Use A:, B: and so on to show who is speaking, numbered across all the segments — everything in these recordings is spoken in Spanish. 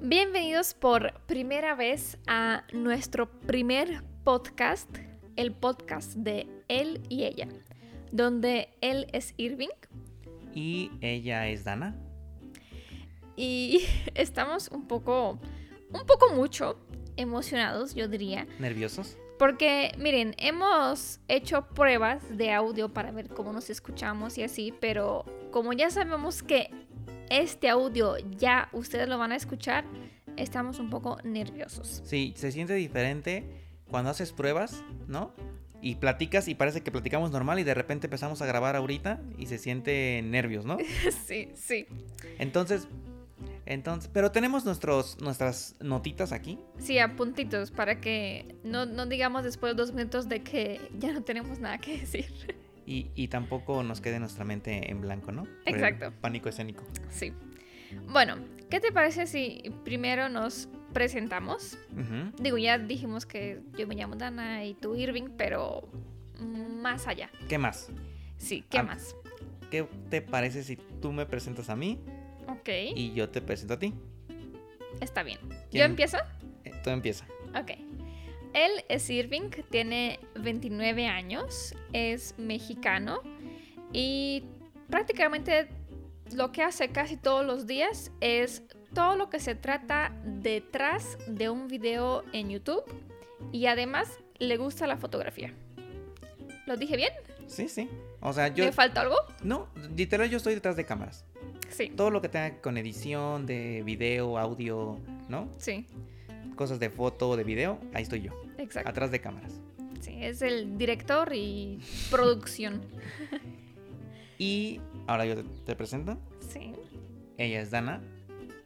A: Bienvenidos por primera vez a nuestro primer podcast, el podcast de él y ella, donde él es Irving
B: Y ella es Dana.
A: y estamos un poco, un poco mucho emocionados, yo diría,
B: ¿Nerviosos?
A: porque miren, hemos hecho pruebas de audio para ver cómo nos escuchamos y así, pero como ya sabemos que este audio ya ustedes lo van a escuchar, estamos un poco nerviosos.
B: Sí, se siente diferente cuando haces pruebas, ¿no? Y platicas y parece que platicamos normal y de repente empezamos a grabar ahorita y se siente nervios, ¿no?
A: Sí, sí.
B: Entonces, entonces, pero tenemos nuestros, nuestras notitas aquí.
A: Sí, a puntitos, para que no, no digamos después de dos minutos de que ya no tenemos nada que decir.
B: Y, y tampoco nos quede nuestra mente en blanco, ¿no? Por el
A: Exacto.
B: Pánico escénico.
A: Sí. Bueno, ¿qué te parece si primero nos presentamos?
B: Ujú.
A: Digo, ya dijimos que yo me llamo Dana y tú Irving, pero más allá.
B: ¿Qué más?
A: Sí, ¿qué
B: Ah.
A: más?
B: ¿Qué te parece si tú me presentas a mí
A: Ok,
B: y yo te presento a ti?
A: está bien. ¿Yo
B: ¿Quién?
A: empiezo?
B: Eh, Tú empieza.
A: Ok. Él es Irving, tiene 29 años, es mexicano y prácticamente lo que hace casi todos los días es todo lo que se trata detrás de un video en YouTube y además le gusta la fotografía. ¿Lo dije bien?
B: Sí, sí. O sea, yo...
A: ¿Me falta algo?
B: No, literal yo estoy detrás de cámaras.
A: Sí,
B: todo lo que tenga con edición de video, audio, ¿no?
A: sí,
B: Cosas de foto, de video, ahí estoy yo,
A: exacto.
B: atrás de cámaras.
A: Sí, es el director y producción.
B: Y ahora yo te, te presento.
A: Sí,
B: Ella es Dana.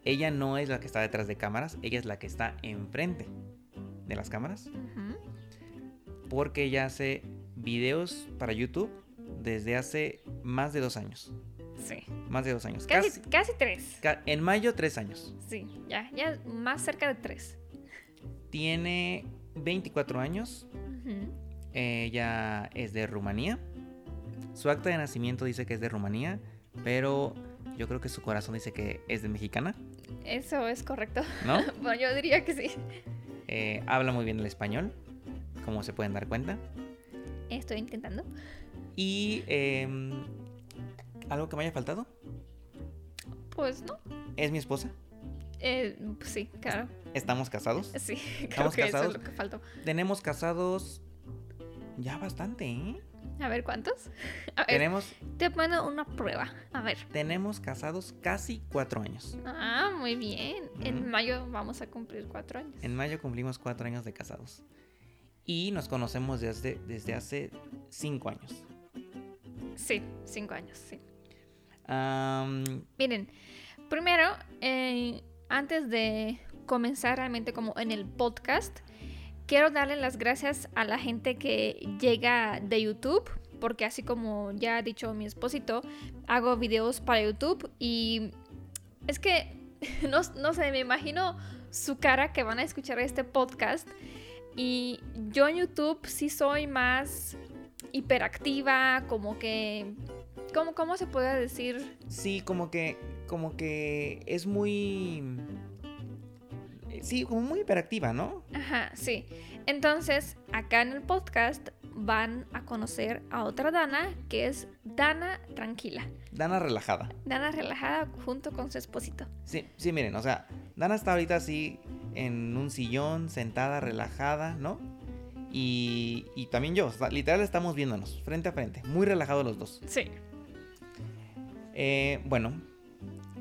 B: Ella no es la que está detrás de cámaras, ella es la que está enfrente de las cámaras,
A: ujú,
B: porque ella hace videos para YouTube desde hace más de dos años.
A: sí.
B: Más de dos años.
A: Casi,
B: Casi.
A: casi tres.
B: ca- en mayo, tres años.
A: Sí, ya, ya más cerca de tres.
B: Tiene 24 años,
A: Ujú.
B: Ella es de Rumanía. Su acta de nacimiento dice que es de Rumanía, pero yo creo que su corazón dice que es de mexicana,
A: Eso es correcto.
B: ¿no?
A: Bueno, yo diría que sí.
B: Eh, habla muy bien el español, como se pueden dar cuenta.
A: Estoy intentando.
B: Y em, algo que me haya faltado
A: Pues no.
B: es mi esposa.
A: Eh, pues sí, claro.
B: Estamos casados.
A: Sí, creo
B: ¿Estamos
A: que eso es
B: casados?
A: lo que faltó.
B: Tenemos casados ya bastante, ¿eh?
A: A ver, ¿cuántos? A ver,
B: Tenemos,
A: te mando una prueba. A ver.
B: tenemos casados casi cuatro años.
A: Ah, muy bien. En
B: Ujú.
A: mayo vamos a cumplir cuatro años.
B: En mayo cumplimos cuatro años de casados. Y nos conocemos desde, desde hace cinco años.
A: Sí, cinco años, sí.
B: Am,
A: Miren, primero, eh, antes de comenzar realmente como en el podcast, quiero darle las gracias a la gente que llega de YouTube, porque así como ya ha dicho mi esposito, hago videos para YouTube y es que, no, no sé, me imagino su cara que van a escuchar este podcast y yo en YouTube sí soy más hiperactiva, como que... ¿Cómo, cómo se puede decir?
B: sí, como que, como que es muy... eh, Sí, como muy hiperactiva, ¿no?
A: Ajá, sí. Entonces, acá en el podcast van a conocer a otra Dana, que es Dana Tranquila.
B: Dana relajada.
A: Dana relajada junto con su esposito.
B: Sí, sí, miren, o sea, Dana está ahorita así en un sillón, sentada, relajada, ¿no? Y, y también yo, o sea, literal estamos viéndonos, frente a frente, muy relajados los dos.
A: Sí.
B: Eh, bueno,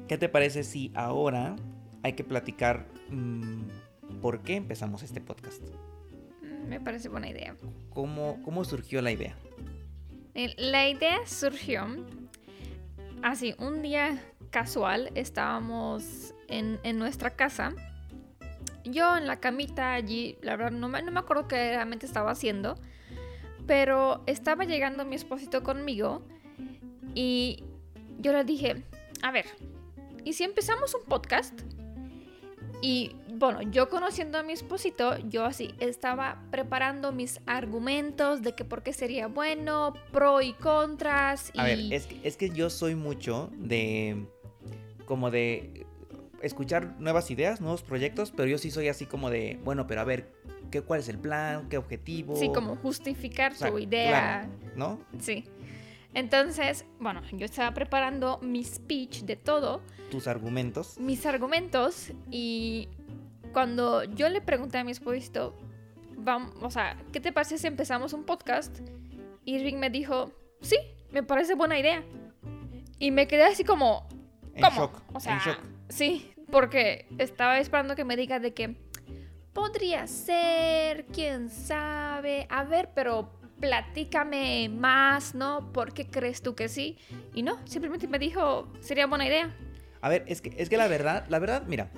B: ¿qué te parece si ahora hay que platicar mm, por qué empezamos este podcast?
A: Mm, Me parece buena idea.
B: ¿Cómo, cómo surgió la idea?
A: Eh, La idea surgió así, Ah, un día casual estábamos en, en nuestra casa. Yo en la camita allí, la verdad no me, no me acuerdo qué realmente estaba haciendo, pero estaba llegando mi esposito conmigo y yo le dije, a ver, ¿y si empezamos un podcast? Y bueno, yo conociendo a mi esposito, yo así estaba preparando mis argumentos de que por qué sería bueno, pro y contras. Y...
B: A ver, es, que- es que yo soy mucho de... como de... escuchar nuevas ideas, nuevos proyectos, pero yo sí soy así como de, bueno, pero a ver, ¿qué, ¿cuál es el plan? ¿Qué objetivo?
A: Sí, como justificar
B: O sea,
A: tu idea.
B: claro, ¿No?
A: Sí. Entonces, bueno, yo estaba preparando mi speech de todo,
B: Tus argumentos.
A: mis argumentos, y cuando yo le pregunté a mi esposo, vamos, o sea, ¿qué te parece si empezamos un podcast? Y Rick me dijo, sí, me parece buena idea. Y me quedé así como,
B: En
A: ¿Cómo?
B: shock.
A: O sea,
B: en shock.
A: sí, porque estaba esperando que me diga de que podría ser, quién sabe, a ver, pero platícame más, ¿no? ¿Por qué crees tú que sí? Y no, simplemente me dijo, sería buena idea.
B: A ver, es que, es que la verdad, la verdad, mira,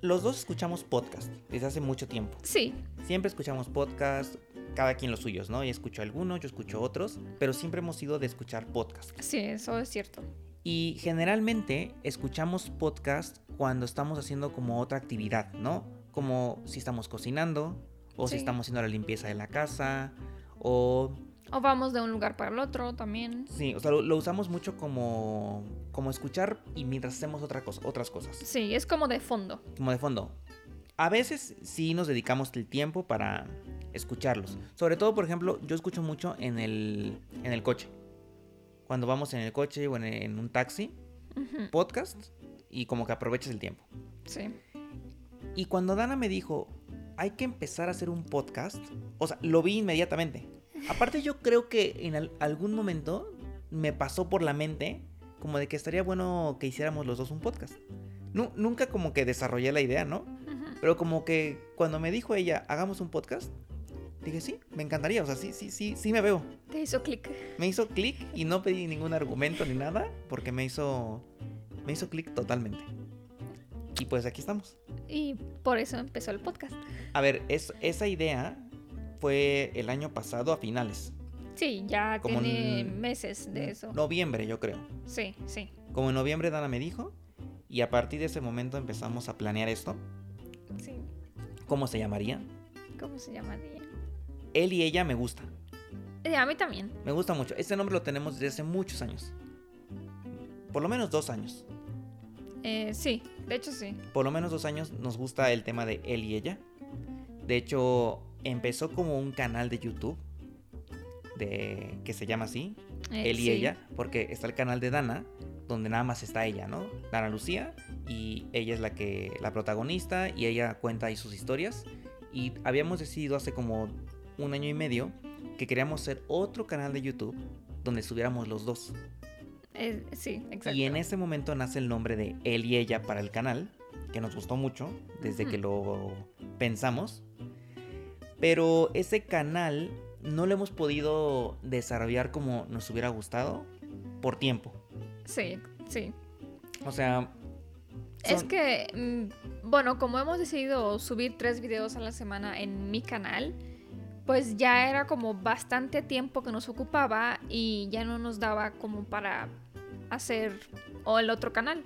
B: los dos escuchamos podcast desde hace mucho tiempo.
A: Sí,
B: Siempre escuchamos podcast, cada quien los suyos, ¿no? Yo escucho algunos, yo escucho otros, pero siempre hemos sido de escuchar podcast.
A: sí, eso es cierto.
B: Y generalmente escuchamos podcast cuando estamos haciendo como otra actividad, ¿no? Como si estamos cocinando, o
A: Sí.
B: si estamos haciendo la limpieza de la casa, o...
A: O vamos de un lugar para el otro también.
B: Sí, o sea, lo, lo usamos mucho como, como escuchar y mientras hacemos otra cosa, otras cosas,
A: Sí, es como de fondo.
B: como de fondo. A veces sí nos dedicamos el tiempo para escucharlos. Sobre todo, por ejemplo, yo escucho mucho en el, en el coche. Cuando vamos en el coche o en- en un taxi,
A: Ujú,
B: podcast y como que aprovechas el tiempo.
A: Sí,
B: Y cuando Dana me dijo, hay que empezar a hacer un podcast, o sea, lo vi inmediatamente. Aparte yo creo que en al- algún momento me pasó por la mente como de que estaría bueno que hiciéramos los dos un podcast. Nu- nunca como que desarrollé la idea, ¿no?
A: ujú,
B: Pero como que cuando me dijo ella, hagamos un podcast, dije, sí, me encantaría, o sea, sí, sí, sí, sí me veo.
A: te hizo clic.
B: Me hizo clic y no pedí ningún argumento ni nada porque me hizo, me hizo clic totalmente. Y pues aquí estamos.
A: Y por eso empezó el podcast.
B: A ver, es, esa idea fue el año pasado a finales.
A: Sí, ya
B: Como
A: tiene
B: en-
A: meses de eso.
B: Noviembre, yo creo.
A: Sí, sí.
B: Como en noviembre Dana me dijo. Y a partir de ese momento empezamos a planear esto.
A: Sí.
B: ¿Cómo se llamaría?
A: ¿Cómo se llamaría?
B: Él y ella me gusta.
A: Eh, a mí también.
B: Me gusta mucho. Este nombre lo tenemos desde hace muchos años. Por lo menos dos años.
A: Eh, sí, de hecho sí.
B: Por lo menos dos años nos gusta el tema de él y ella. De hecho, empezó como un canal de YouTube. De, que se llama así,
A: Eh,
B: él y
A: sí.
B: ella, porque está el canal de Dana, donde nada más está ella, ¿no? Dana Lucía, y ella es la que la protagonista, y ella cuenta ahí sus historias. Y habíamos decidido hace como un año y medio que queríamos hacer otro canal de YouTube donde subiéramos los dos.
A: Eh, sí, exacto.
B: Y en ese momento nace el nombre de él y ella para el canal, que nos gustó mucho desde que lo pensamos. Pero ese canal no lo hemos podido desarrollar como nos hubiera gustado por tiempo.
A: Sí, sí.
B: O sea,
A: Es
B: son-
A: que, mm, bueno, como hemos decidido subir tres videos a la semana en mi canal, pues ya era como bastante tiempo que nos ocupaba y ya no nos daba como para hacer o el otro canal.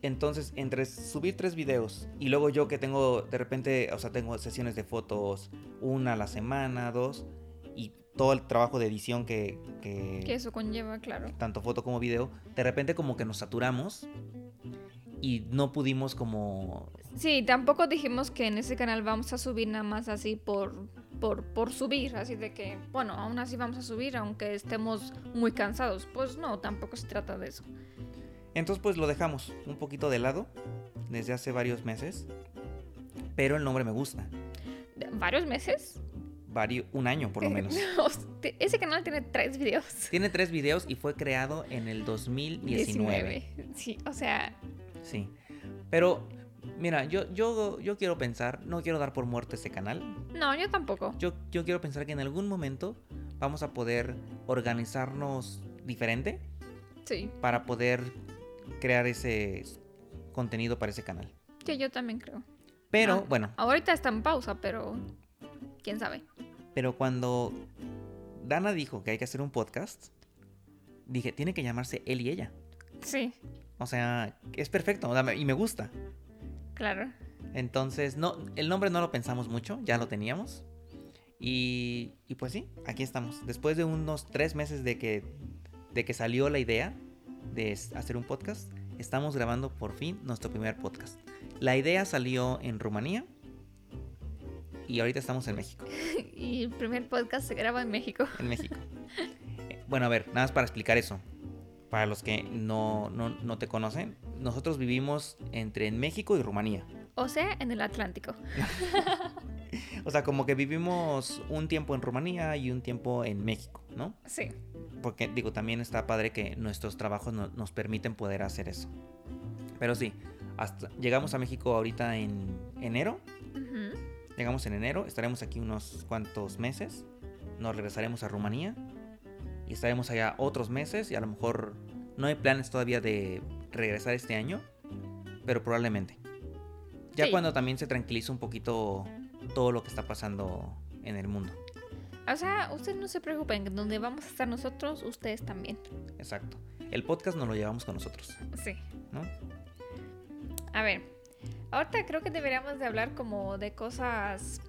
B: entonces entre subir tres videos y luego yo que tengo de repente, o sea, tengo sesiones de fotos una a la semana, dos, y todo el trabajo de edición que, que-
A: Que eso conlleva, claro.
B: tanto foto como video, de repente como que nos saturamos y no pudimos como...
A: Sí, tampoco dijimos que en ese canal vamos a subir nada más así por, por, por subir, así de que, bueno, aún así vamos a subir aunque estemos muy cansados. Pues no, tampoco se trata de eso.
B: Entonces pues lo dejamos un poquito de lado desde hace varios meses, pero el nombre me gusta,
A: ¿De- ¿Varios meses?
B: vario- un año por lo menos.
A: Hosti- ese canal tiene tres videos.
B: Tiene tres videos y fue creado en el 2019.
A: 19. Sí, o sea,
B: Sí. Pero, mira, yo, yo, yo quiero pensar, no quiero dar por muerto este canal,
A: no, yo tampoco.
B: Yo, yo quiero pensar que en algún momento vamos a poder organizarnos diferente
A: Sí,
B: para poder crear ese contenido para ese canal.
A: que yo también creo.
B: Pero,
A: Ah.
B: bueno,
A: Ahorita está en pausa, pero quién sabe.
B: pero cuando Dana dijo que hay que hacer un podcast, dije, tiene que llamarse él y ella.
A: Sí,
B: O sea, es perfecto o sea, me- y me gusta.
A: claro.
B: Entonces, no, el nombre no lo pensamos mucho, ya lo teníamos. Y, y pues sí, aquí estamos. Después de unos tres meses de que, de que salió la idea de s- hacer un podcast, estamos grabando por fin nuestro primer podcast. La idea salió en Rumanía y ahorita estamos en México.
A: Y el primer podcast se graba en México.
B: En México. Eh, Bueno, a ver, nada más para explicar eso. Para los que no, no, no te conocen, nosotros vivimos entre en México y Rumanía.
A: O sea, en el Atlántico.
B: O sea, como que vivimos un tiempo en Rumanía y un tiempo en México, ¿no?
A: Sí.
B: Porque digo, también está padre que nuestros trabajos no- nos permiten poder hacer eso. Pero sí, hasta, llegamos a México ahorita en enero.
A: Ujú.
B: Llegamos en enero, estaremos aquí unos cuantos meses. Nos regresaremos a Rumanía y estaremos allá otros meses. Y a lo mejor no hay planes todavía de regresar este año, pero probablemente. Ya
A: Sí.
B: cuando también se tranquilice un poquito todo lo que está pasando en el mundo.
A: O sea, ustedes no se preocupen, donde vamos a estar nosotros, ustedes también.
B: Exacto. El podcast nos lo llevamos con nosotros,
A: Sí.
B: ¿no?
A: A ver, ahorita creo que deberíamos de hablar como de cosas...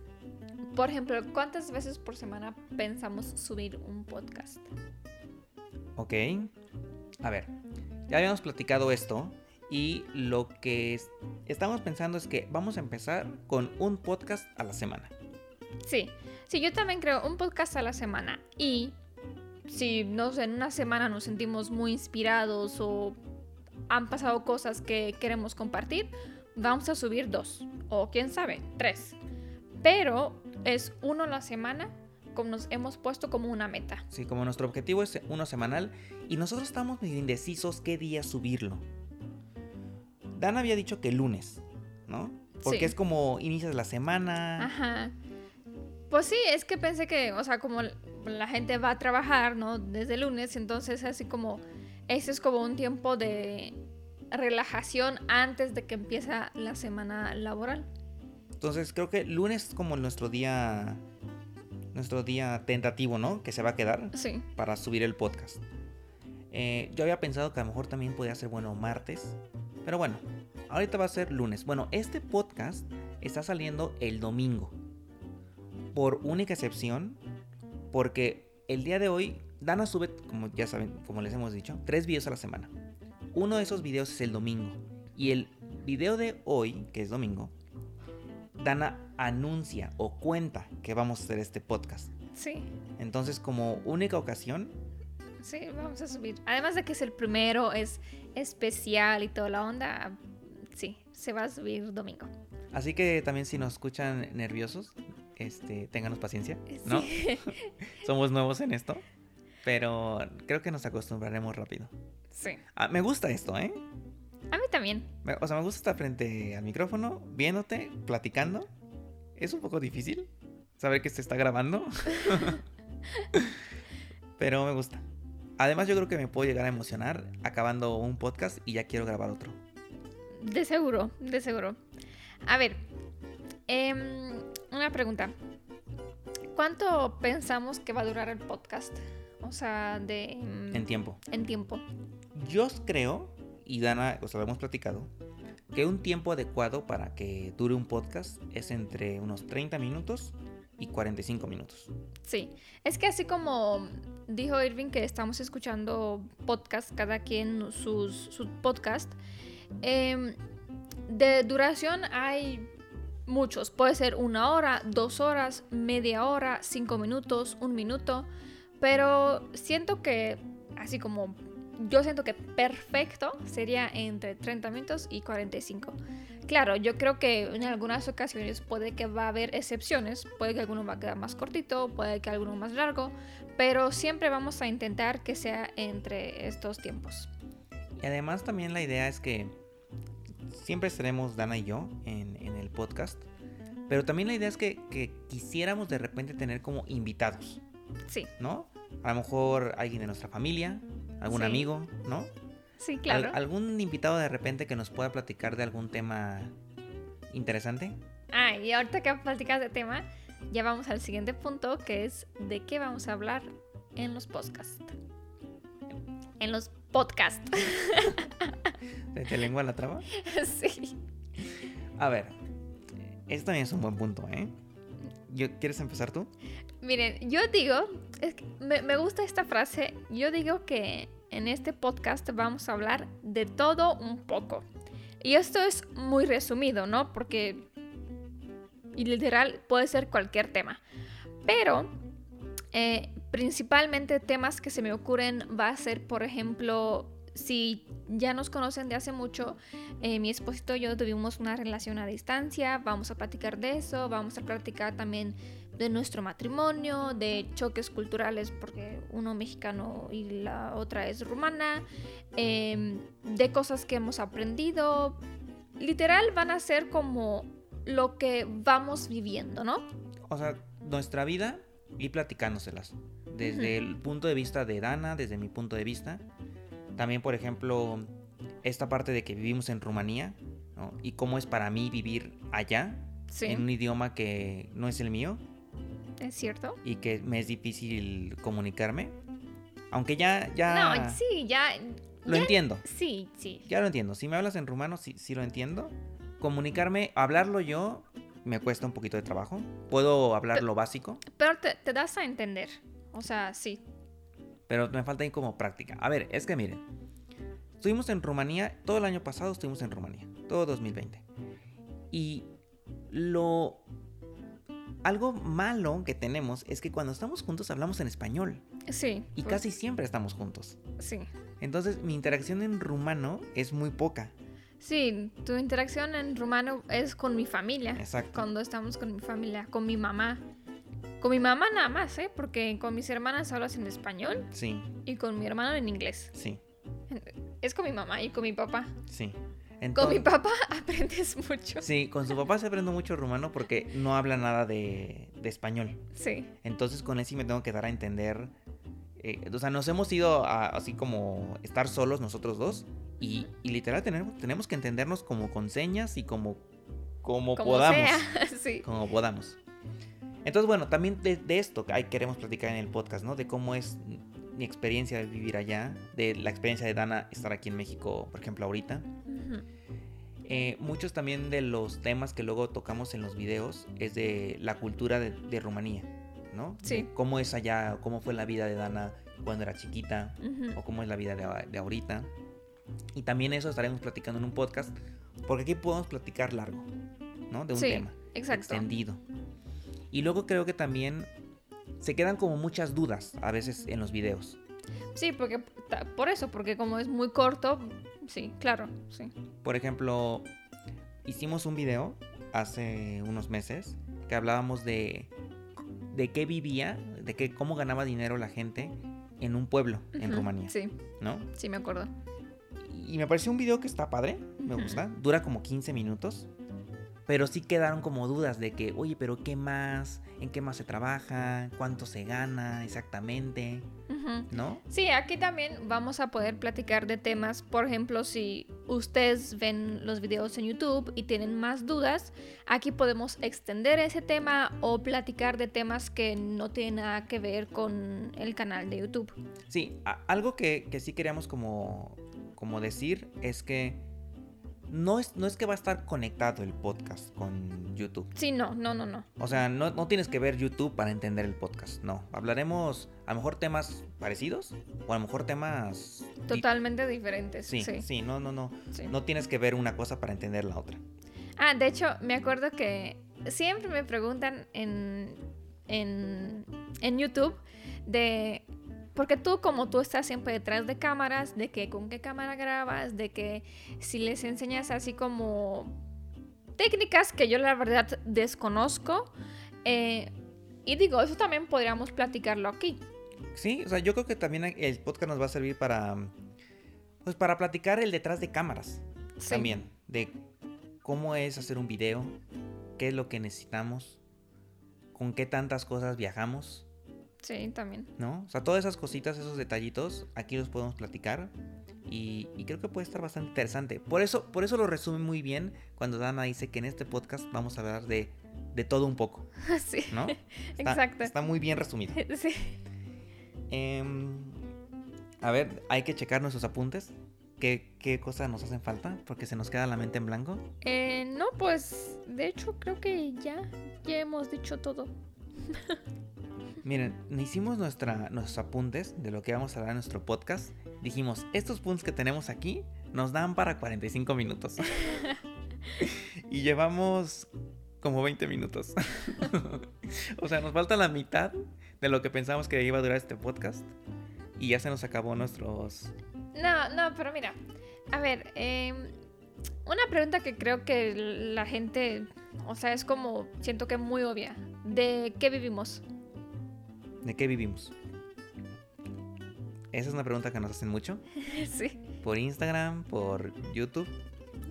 A: Por ejemplo, ¿cuántas veces por semana pensamos subir un podcast?
B: Ok. A ver, ya habíamos platicado esto y lo que es- estamos pensando es que vamos a empezar con un podcast a la semana.
A: Sí, sí, yo también creo un podcast a la semana y si no sé, en una semana nos sentimos muy inspirados o han pasado cosas que queremos compartir, vamos a subir dos o quién sabe, tres. Pero es uno a la semana como nos hemos puesto como una meta.
B: Sí, como nuestro objetivo es uno semanal y nosotros estamos medio indecisos qué día subirlo. Dan había dicho que lunes, ¿no? Porque
A: Sí.
B: es como inicias la semana.
A: Ajá. Pues sí, es que pensé que, o sea, como l- la gente va a trabajar, ¿no? Desde el lunes, entonces así como, ese es como un tiempo de relajación antes de que empieza la semana laboral.
B: Entonces creo que lunes es como nuestro día, nuestro día tentativo, ¿no? Que se va a quedar.
A: Sí.
B: para subir el podcast. Eh, yo había pensado que a lo mejor también podía ser bueno martes, pero bueno, ahorita va a ser lunes. Bueno, este podcast está saliendo el domingo, por única excepción, porque el día de hoy Dana sube, como ya saben, como les hemos dicho, tres videos a la semana. Uno de esos videos es el domingo y el video de hoy, que es domingo, Dana anuncia o cuenta que vamos a hacer este podcast.
A: Sí,
B: Entonces, como única ocasión,
A: sí, vamos a subir. Además de que es el primero, es especial y toda la onda, sí, se va a subir domingo.
B: Así que también si nos escuchan nerviosos, este, ténganos paciencia, ¿no?
A: Eh, Sí.
B: Somos nuevos en esto, pero creo que nos acostumbraremos rápido.
A: sí.
B: Ah, me gusta esto, ¿eh?
A: A mí también.
B: Me- O sea, me gusta estar frente al micrófono, viéndote, platicando. Es un poco difícil saber que se está grabando, pero me gusta. Además, yo creo que me puedo llegar a emocionar acabando un podcast y ya quiero grabar otro.
A: De seguro, de seguro. A ver, em, una pregunta. ¿Cuánto pensamos que va a durar el podcast? O sea, de em,
B: En tiempo.
A: en tiempo.
B: Yo creo, y Dana, os lo hemos platicado, que un tiempo adecuado para que dure un podcast es entre unos 30 minutos y 45 minutos.
A: Sí. Es que así como dijo Irving que estamos escuchando podcast, cada quien sus, su podcast, em, de duración hay muchos. Puede ser una hora, dos horas, media hora, cinco minutos, un minuto. Pero siento que, así como yo siento que perfecto sería entre 30 minutos y 45. Claro, yo creo que en algunas ocasiones puede que va a haber excepciones, puede que alguno va a quedar más cortito, puede que alguno más largo, pero siempre vamos a intentar que sea entre estos tiempos.
B: Y además también la idea es que siempre estaremos Dana y yo en, en el podcast, pero también la idea es que, que quisiéramos de repente tener como invitados,
A: Sí,
B: ¿no? A lo mejor alguien de nuestra familia, algún
A: Sí.
B: amigo, ¿no?
A: sí, claro.
B: Al- algún invitado de repente que nos pueda platicar de algún tema interesante.
A: Ah, y ahorita que platicas de tema, ya vamos al siguiente punto, que es de qué vamos a hablar en los podcasts. En los podcasts,
B: ¿Te- ¿Te lengua la traba?
A: sí.
B: A ver, esto también es un buen punto, ¿eh? Yo- ¿Quieres empezar tú?
A: Miren, yo digo, es que me, me gusta esta frase, yo digo que en en este podcast vamos a hablar de todo un poco. Y esto es muy resumido, ¿no? Porque literal puede ser cualquier tema. Pero eh, principalmente temas que se me ocurren va a ser, por ejemplo, si ya nos conocen de hace mucho, eh, mi esposito y yo tuvimos una relación a distancia, vamos a platicar de eso, vamos a platicar también de nuestro matrimonio, de choques culturales, porque uno mexicano y la otra es rumana, eh, de cosas que hemos aprendido. Literal van a ser como lo que vamos viviendo, ¿no?
B: O sea, nuestra vida y platicándoselas. Desde uh -huh. el punto de vista de Dana, desde mi punto de vista. También, por ejemplo, esta parte de que vivimos en Rumanía ¿no? y cómo es para mí vivir allá sí. en un idioma que no es el mío.
A: Es cierto.
B: Y que me es difícil comunicarme. Aunque ya. ya
A: no, sí, ya.
B: Lo
A: ya,
B: entiendo.
A: Sí, sí.
B: Ya lo entiendo. Si me hablas en rumano, sí, sí lo entiendo. Comunicarme, hablarlo yo, me cuesta un poquito de trabajo. Puedo hablar
A: pero,
B: lo básico.
A: Pero te, te, das a entender. O sea, sí.
B: Pero me falta ahí como práctica. A ver, es que miren. Estuvimos en Rumanía, todo el año pasado estuvimos en Rumanía, todo 2020. Y lo... Algo malo que tenemos es que cuando estamos juntos hablamos en español.
A: Sí.
B: Y pues, casi siempre estamos juntos.
A: Sí.
B: Entonces mi interacción en rumano es muy poca.
A: Sí, tu interacción en rumano es con mi familia.
B: Exacto.
A: Cuando estamos Ah, con mi familia, con mi mamá. Con mi mamá nada más, ¿eh? Porque con mis hermanas hablas en español.
B: Sí.
A: Y con mi hermano en inglés.
B: Sí.
A: Es con mi mamá y con mi papá.
B: Sí.
A: Entonces, con mi papá aprendes mucho.
B: Sí, con su papá se aprende mucho rumano porque no habla nada de, de español.
A: Sí.
B: Entonces con él sí me tengo que dar a entender. Eh, o sea, nos hemos ido a, así como estar solos nosotros dos y, y, literal tenemos, tenemos que entendernos como con señas y como, como, como podamos.
A: Sea, sí.
B: Como podamos. Entonces, bueno, también de, de esto hay, queremos platicar en el podcast, ¿no? De cómo es mi experiencia de vivir allá, de la experiencia de Dana estar aquí en México, por ejemplo, ahorita. Uh -huh. eh, muchos también de los temas que luego tocamos en los videos es de la cultura de, de Rumanía, ¿no?
A: Sí. De
B: cómo es allá, cómo fue la vida de Dana cuando era chiquita, uh -huh. o cómo es la vida de, de ahorita. Y también eso estaremos platicando en un podcast, porque aquí podemos platicar largo, ¿no? De un
A: sí,
B: tema
A: exacto.
B: extendido. Y luego creo que también se quedan como muchas dudas a veces en los videos.
A: Sí, porque por eso, porque como es muy corto, sí, claro, sí.
B: Por ejemplo, hicimos un video hace unos meses que hablábamos de de qué vivía, de qué cómo ganaba dinero la gente en un pueblo en uh -huh, Rumanía.
A: Sí.
B: ¿No?
A: Sí, me acuerdo
B: y me pareció un video que está padre, me gusta, uh -huh. dura como 15 minutos, pero sí quedaron como dudas de que, oye, pero ¿qué más? ¿En qué más se trabaja? ¿Cuánto se gana exactamente? Uh -huh. ¿No?
A: Sí, aquí también vamos a poder platicar de temas, por ejemplo, si ustedes ven los videos en YouTube y tienen más dudas, aquí podemos extender ese tema o platicar de temas que no tienen nada que ver con el canal de YouTube.
B: Sí, algo que, que sí queríamos como como decir es que no es, no es que va a estar conectado el podcast con YouTube.
A: Sí, no, no, no, no.
B: O sea, no, no, tienes que ver YouTube para entender el podcast, no. Hablaremos a lo mejor temas parecidos o a lo mejor temas...
A: Totalmente diferentes.
B: Sí, sí,
A: sí
B: no, no, no. Sí. No tienes que ver una cosa para entender la otra.
A: Ah, de hecho, me acuerdo que siempre me preguntan en, en, en YouTube de porque tú, como tú estás siempre detrás de cámaras, de que con qué cámara grabas, de que si les enseñas así como técnicas que yo la verdad desconozco. Eh, y digo, eso también podríamos platicarlo aquí.
B: Sí, o sea, yo creo que también el podcast nos va a servir para, pues para platicar el detrás de cámaras.
A: Sí.
B: También, de cómo es hacer un video, qué es lo que necesitamos, con qué tantas cosas viajamos.
A: Sí, también.
B: ¿No? O sea, todas esas cositas, esos detallitos, aquí los podemos platicar. Y, y, creo que puede estar bastante interesante. Por eso, por eso lo resume muy bien cuando Dana dice que en este podcast vamos a hablar de, de todo un poco.
A: Sí.
B: ¿No? Está,
A: Exacto.
B: Está muy bien resumido.
A: Sí.
B: Eh, a ver, hay que checar nuestros apuntes. ¿Qué, ¿Qué cosas nos hacen falta? Porque se nos queda la mente en blanco.
A: Eh, no, pues de hecho creo que ya, ya hemos dicho todo.
B: Miren, hicimos nuestra, nuestros apuntes de lo que vamos a hablar en nuestro podcast dijimos, estos punts que tenemos aquí nos dan para 45 minutos. y llevamos como 20 minutos. o sea, nos falta la mitad de lo que pensábamos que iba a durar este podcast. Y ya se nos acabó nuestros...
A: No, no, pero mira. A ver, eh, una pregunta que creo que la gente, o sea, es como, siento que muy obvia. ¿De qué vivimos?
B: ¿De qué vivimos? Esa es una pregunta que nos hacen mucho.
A: sí.
B: Por Instagram, por YouTube,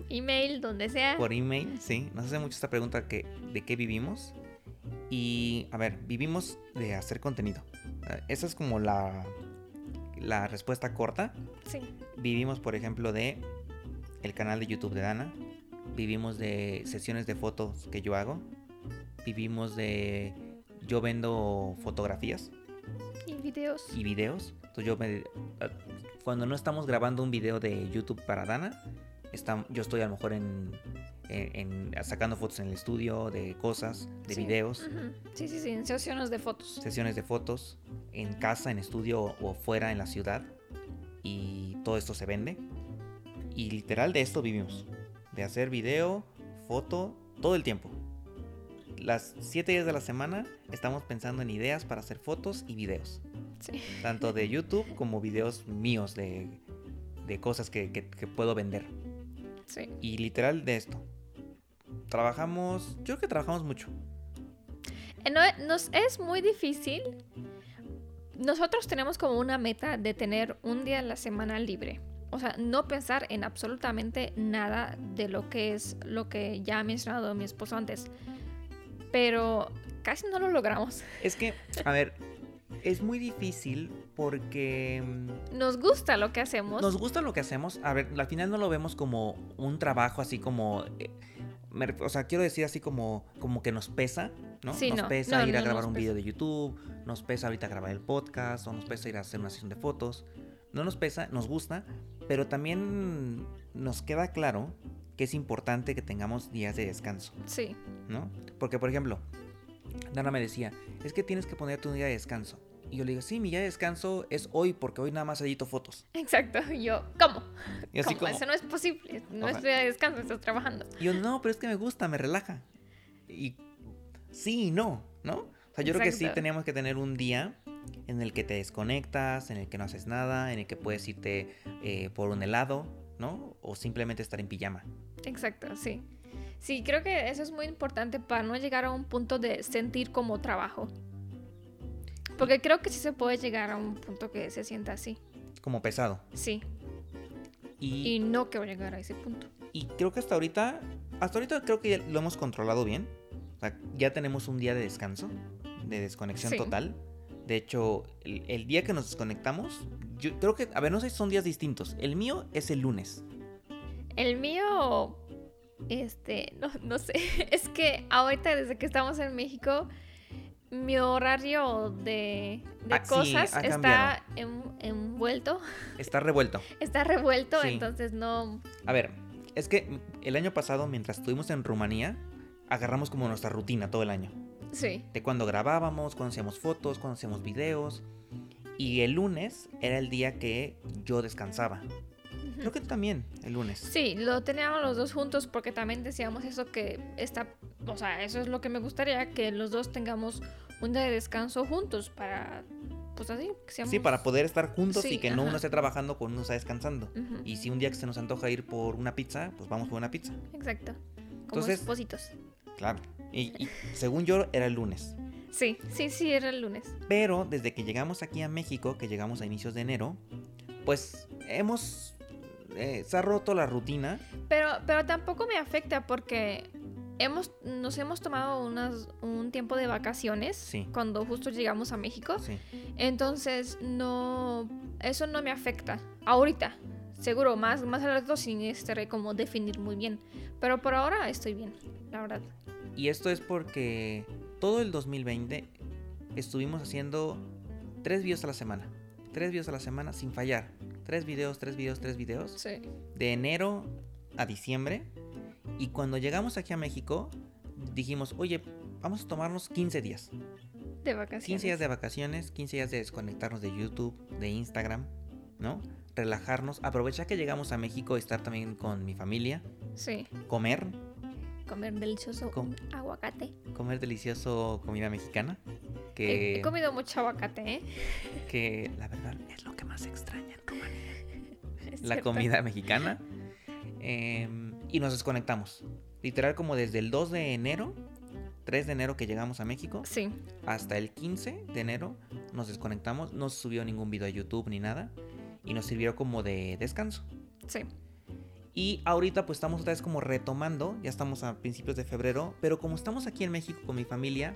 A: Email, donde sea.
B: por email, sí. Nos hace mucho esta pregunta que, de qué vivimos. Y, a ver, vivimos de hacer contenido. Eh, Esa es como la, la respuesta corta.
A: Sí.
B: Vivimos, por ejemplo, de el canal de YouTube de Dana. Vivimos de sesiones de fotos que yo hago. Vivimos de... Yo vendo fotografías
A: Y videos.
B: y videos. Entonces yo me- ah, cuando no estamos grabando un video de YouTube para Dana, estam- yo estoy a lo mejor en, en- en- sacando fotos en el estudio de cosas, de
A: Sí.
B: videos,
A: Ujú. Sí, sí, sí. en sesiones de fotos.
B: sesiones de fotos, en casa, en estudio o, o fuera en la ciudad. Y todo esto se vende. Y literal de esto vivimos. De hacer video, foto, todo el tiempo. Las 7 días de la semana estamos pensando en ideas para hacer fotos y videos
A: Sí.
B: tanto de YouTube como videos míos de, de cosas que, que- que puedo vender.
A: Sí.
B: Y literal de esto. Trabajamos, yo creo que trabajamos mucho.
A: Eh, no, nos es muy difícil. Nosotros tenemos como una meta de tener un día a la semana libre. O sea, no pensar en absolutamente nada de lo que es lo que ya ha mencionado mi esposo antes. Pero casi no lo logramos.
B: Es que, a ver, es muy difícil porque mm,
A: Nos gusta lo que hacemos.
B: nos gusta lo que hacemos. A ver, al final no lo vemos como un trabajo así como... eh, me ref- o sea, quiero decir así como, como que nos pesa, ¿no?
A: Sí,
B: nos
A: no.
B: pesa
A: No,
B: ir a
A: no,
B: grabar
A: nos
B: un
A: pesa.
B: video de YouTube, nos pesa ahorita grabar el podcast, o nos pesa ir a hacer una sesión de fotos. no nos pesa, nos gusta, pero también nos queda claro que es importante que tengamos días de descanso,
A: Sí,
B: ¿no? Porque, por ejemplo, Dana me decía, es que tienes que ponerte un día de descanso. Y yo le digo, sí, mi día de descanso es hoy, porque hoy nada más edito fotos.
A: exacto. Y Yo, ¿cómo?
B: Y así
A: ¿Cómo?
B: como,
A: Eso no es posible. No
B: O
A: es
B: sea-
A: día de descanso, estás trabajando.
B: y yo, no, pero es que me gusta, me relaja. Y sí y no, ¿no? O sea, yo creo que sí
A: Exacto.
B: teníamos que tener un día en el que te desconectas, en el que no haces nada, en el que puedes irte eh, por un helado, ¿no? O simplemente estar en pijama.
A: Exacto, sí. Sí, creo que eso es muy importante para no llegar a un punto de sentir como trabajo. Porque creo que sí se puede llegar a un punto que se sienta así.
B: como pesado.
A: Sí, y
B: Y,
A: no quiero llegar a ese punto.
B: y creo que hasta ahorita, hasta ahorita creo que ya lo hemos controlado bien. O sea, ya tenemos un día de descanso, de desconexión
A: Sí.
B: total. De hecho, el, el día que nos desconectamos, yo creo que, a ver, no sé si son días distintos. El mío es el lunes.
A: El mío, este, no, no sé, es que ahorita desde que estamos en México, mi horario de, de
B: Ah, sí,
A: cosas está
B: ha cambiado.
A: en- envuelto,
B: Está revuelto.
A: está revuelto,
B: Sí.
A: entonces no...
B: A ver, es que el año pasado, mientras estuvimos en Rumanía, agarramos como nuestra rutina todo el año.
A: Sí,
B: de cuando grabábamos, cuando hacíamos fotos, cuando hacíamos videos. Y el lunes era el día que yo descansaba. Creo que tú también, el lunes.
A: Sí, lo teníamos los dos juntos porque también decíamos eso que está, o sea, eso es lo que me gustaría, que los dos tengamos un día de descanso juntos para, pues así, que seamos...
B: Sí, para poder estar juntos
A: Sí,
B: y que no
A: ajá.
B: uno esté trabajando cuando uno está descansando.
A: Ujú,
B: Y si un día que se nos antoja ir por una pizza, pues vamos por una pizza.
A: Exacto. Como
B: Entonces-
A: espositos.
B: Claro. Y, y según yo era el lunes.
A: Sí, sí, sí, era el lunes.
B: Pero desde que llegamos aquí a México, que llegamos a inicios de enero, pues hemos... eh, se ha roto la rutina.
A: Pero, pero tampoco me afecta porque hemos, nos hemos tomado unas, un tiempo de vacaciones
B: Sí.
A: cuando justo llegamos a México.
B: Sí.
A: Entonces, no, eso no me afecta. Ahorita, seguro, más, más al rato sin estaré como definir muy bien. Pero por ahora estoy bien, la verdad.
B: Y esto es porque todo el 2020 estuvimos haciendo tres videos a la semana. Tres videos a la semana sin fallar. Tres videos, tres videos, tres videos.
A: Sí.
B: De enero a diciembre. Y cuando llegamos aquí a México, dijimos, oye, vamos a tomarnos 15 días.
A: De
B: 15
A: vacaciones.
B: días de vacaciones, 15 días de desconectarnos de YouTube, de Instagram, ¿no? relajarnos, aprovechar que llegamos a México, estar también con mi familia,
A: Sí,
B: comer,
A: comer delicioso
B: Com-
A: un aguacate.
B: comer delicioso comida mexicana,
A: He- He,
B: que,
A: comido mucho aguacate, ¿eh?
B: que la verdad es lo que más extraña en Rumanía.
A: Es
B: la
A: cierto.
B: comida mexicana. em, y nos desconectamos. Literal como desde el 2 de enero, 3 de enero que llegamos a México,
A: Sí,
B: hasta el 15 de enero nos desconectamos. No se subió ningún video a YouTube ni nada. Y nos sirvió como de descanso.
A: sí.
B: Y ahorita pues estamos otra vez como retomando, ya estamos a principios de febrero, pero como estamos aquí en México con mi familia,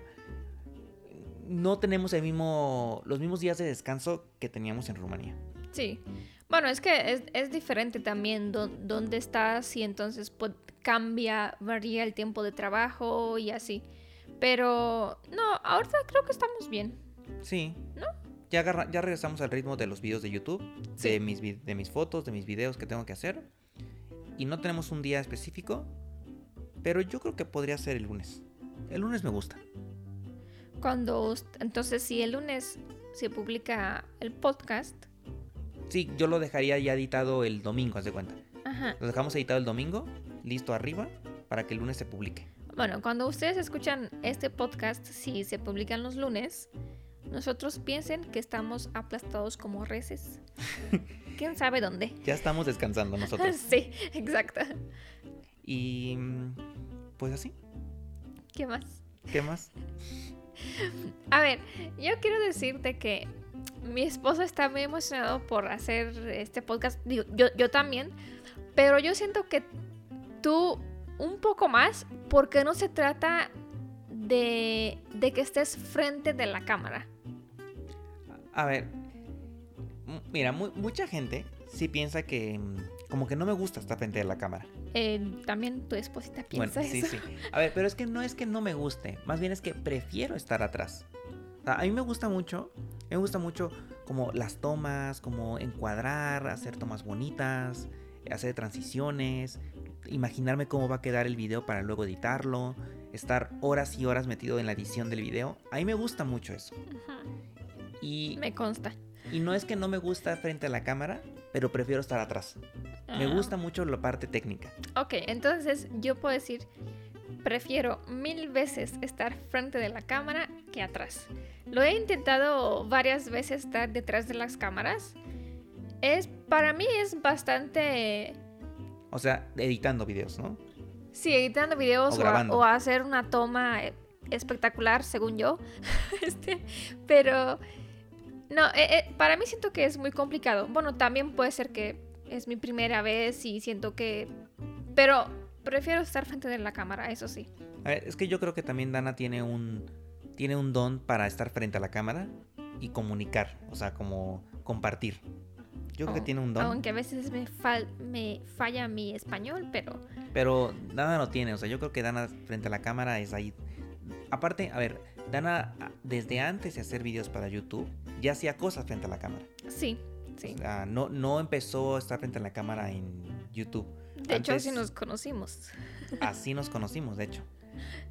B: no tenemos el mismo, los mismos días de descanso que teníamos en Rumanía.
A: Sí. Bueno, es que es, es diferente también dó- dónde estás y entonces po- cambia, varía el tiempo de trabajo y así. Pero no, ahorita creo que estamos bien.
B: Sí. Ya, agarra- ya regresamos al ritmo de los videos de YouTube,
A: Sí.
B: de, mis vi- de mis fotos, de mis videos que tengo que hacer. Y no tenemos un día específico, pero yo creo que podría ser el lunes. El lunes me gusta.
A: Cuando ust- entonces si el lunes se publica el podcast,
B: Sí, yo lo dejaría ya editado el domingo, haz de cuenta.
A: ajá.
B: Lo dejamos editado el domingo, listo arriba, para que el lunes se publique.
A: Bueno, cuando ustedes escuchan este podcast, si se publican los lunes, nosotros piensen que estamos aplastados como reses. ¿Quién sabe dónde?
B: Ya estamos descansando nosotros.
A: Sí, exacto.
B: Y mm, pues así,
A: ¿Qué más?
B: ¿qué más?
A: A ver, yo quiero decirte que mi esposo está muy emocionado por hacer este podcast. Digo, yo, yo también. Pero yo siento que tú un poco más porque no se trata de, de que estés frente de la cámara.
B: A ver, m- mira, mu- mucha gente sí piensa que mm, como que no me gusta estar frente a la cámara.
A: Eh, también tu esposita piensa
B: bueno, sí,
A: eso.
B: sí. A ver, pero es que no es que no me guste, más bien es que prefiero estar atrás. O sea, a mí me gusta mucho, me gusta mucho como las tomas, como encuadrar, hacer tomas bonitas, hacer transiciones, imaginarme cómo va a quedar el video para luego editarlo, estar horas y horas metido en la edición del video. A mí me gusta mucho eso.
A: Ujú,
B: Y
A: Me consta.
B: y no es que no me gusta frente a la cámara, pero prefiero estar atrás. Me
A: Ah,
B: gusta mucho la parte técnica.
A: Ok, entonces yo puedo decir, prefiero mil veces estar frente de la cámara que atrás. Lo he intentado varias veces estar detrás de las cámaras. Es, para mí es bastante...
B: O sea, editando videos, ¿no?
A: Sí, editando videos
B: O
A: o, a-
B: grabando.
A: o hacer una toma eh, espectacular, según yo. Este, pero... No, eh, eh, para mí siento que es muy complicado. Bueno, también puede ser que es mi primera vez y siento que... Pero prefiero estar frente de la cámara, eso sí.
B: A ver, es que yo creo que también Dana tiene un, tiene un don para estar frente a la cámara y comunicar, o sea, como compartir. Yo creo que
A: Au-
B: tiene un don,
A: Oh. Aunque a veces me, fal- me falla mi español, pero
B: pero Dana no tiene, o sea, yo creo que Dana frente a la cámara es ahí. Aparte, a ver, Dana a- desde antes de hacer videos para YouTube ya hacía cosas frente a la cámara.
A: sí, sí.
B: O sea, no, no empezó a estar frente a la cámara en YouTube.
A: De hecho, así
B: antes-
A: nos conocimos.
B: Así nos conocimos, de hecho.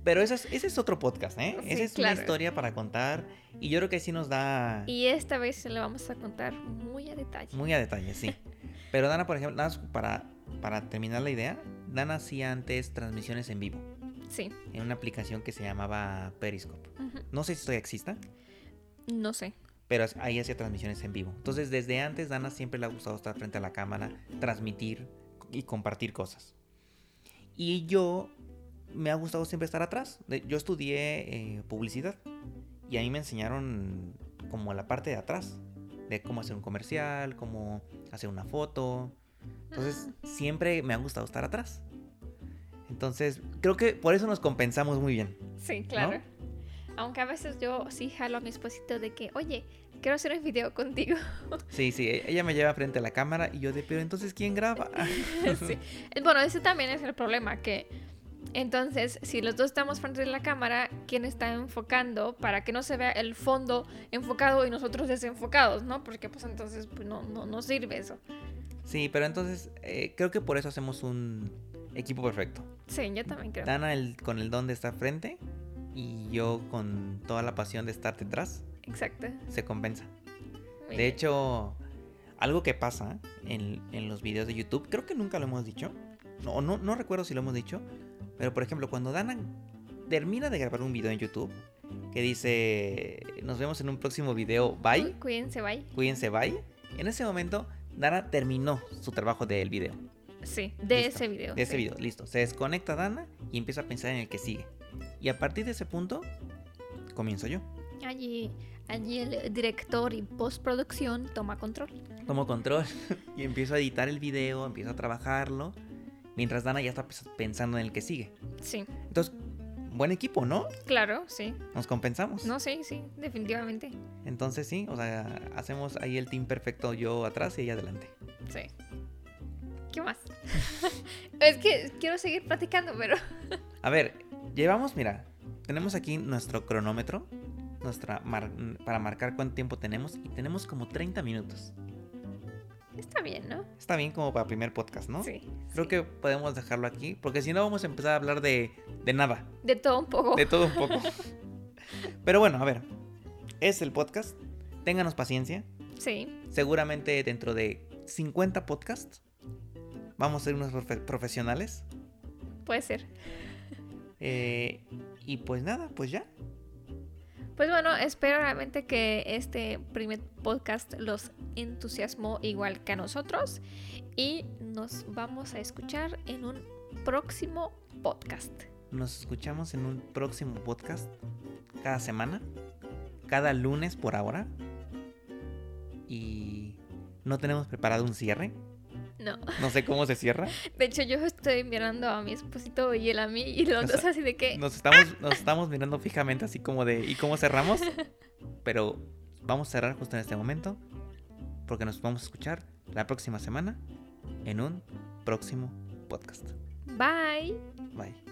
B: Pero ese es, ese es otro podcast, ¿eh?
A: Sí,
B: Esa es
A: claro.
B: una historia para contar. Y yo creo que sí nos da
A: Y esta vez se la vamos a contar muy a detalle.
B: muy a detalle, sí. Pero Dana, por ejemplo, nada más para, para terminar la idea, Dana hacía antes transmisiones en vivo
A: Sí.
B: en una aplicación que se llamaba Periscope.
A: ujú.
B: No sé si todavía exista,
A: No sé.
B: pero ahí hacía transmisiones en vivo. Entonces, desde antes, Dana siempre le ha gustado estar frente a la cámara, transmitir y compartir cosas. Y yo me ha gustado siempre estar atrás. De- Yo estudié eh, publicidad y ahí me enseñaron como la parte de atrás, de cómo hacer un comercial, cómo hacer una foto. Entonces, siempre me ha gustado estar atrás. Entonces, creo que por eso nos compensamos muy bien.
A: Sí, claro. Aunque a veces yo sí jalo a mi esposito de que, oye, quiero hacer un video contigo.
B: Sí, sí, e-, ella me lleva frente a la cámara y yo de, pero entonces, ¿quién graba? Ah,
A: Sí. Bueno, ese también es el problema, que entonces si los dos estamos frente de la cámara, ¿quién está enfocando para que no se vea el fondo enfocado y nosotros desenfocados, ¿no? Porque pues entonces pues, no, no, no sirve eso.
B: Sí, pero entonces eh, creo que por eso hacemos un equipo perfecto.
A: Sí, yo también creo.
B: Dana el- con el don de estar frente y yo con toda la pasión de estar detrás,
A: Exacto.
B: se compensa.
A: Muy
B: De
A: bien.
B: hecho, Algo que pasa en, en los videos de YouTube, creo que nunca lo hemos dicho, no, no, no recuerdo si lo hemos dicho, pero por ejemplo, cuando Dana termina de grabar un video en YouTube que dice, nos vemos en un próximo video, bye,
A: Cuídense, bye.
B: cuídense, bye, en ese momento Dana terminó su trabajo del video.
A: Sí, de
B: Listo,
A: ese video.
B: De ese
A: sí.
B: video, listo. Se desconecta Dana y empieza a pensar en el que sigue. Y a partir de ese punto, comienzo yo.
A: Allí, allí el director y postproducción toma control.
B: Tomo control y empiezo a editar el video, empiezo a trabajarlo, mientras Dana ya está pes- pensando en el que sigue.
A: Sí,
B: Entonces, buen equipo, ¿no?
A: claro, sí.
B: Nos compensamos.
A: No, sí, sí, definitivamente.
B: Entonces sí, o sea, hacemos ahí el team perfecto yo atrás y ella adelante.
A: Sí. ¿Qué más? es que quiero seguir platicando, pero
B: A ver, llevamos, mira, tenemos aquí nuestro cronómetro nuestra mar- para marcar cuánto tiempo tenemos y tenemos como 30 minutos.
A: está bien, ¿no?
B: Está bien como para primer podcast, ¿no?
A: Sí.
B: Creo
A: sí.
B: que podemos dejarlo aquí, porque si no vamos a empezar a hablar de, de nada,
A: De todo un poco.
B: de todo un poco. Pero bueno, a ver, es el podcast, ténganos paciencia,
A: Sí.
B: seguramente dentro de 50 podcasts vamos a ser unos profe- profesionales.
A: Puede ser.
B: Eh, y pues nada, pues ya.
A: Pues bueno, espero realmente que este primer podcast los entusiasmó igual que a nosotros y nos vamos a escuchar en un próximo podcast.
B: Nos escuchamos en un próximo podcast, cada semana, cada lunes por ahora. Y no tenemos preparado un cierre,
A: No,
B: no sé cómo se cierra.
A: de hecho yo estoy mirando a mi esposito y él a mí y los
B: O
A: dos
B: sea,
A: así de que
B: Nos estamos, nos estamos mirando fijamente así como de ¿y cómo cerramos? Pero vamos a cerrar justo en este momento porque nos vamos a escuchar la próxima semana en un próximo podcast.
A: bye.
B: Bye.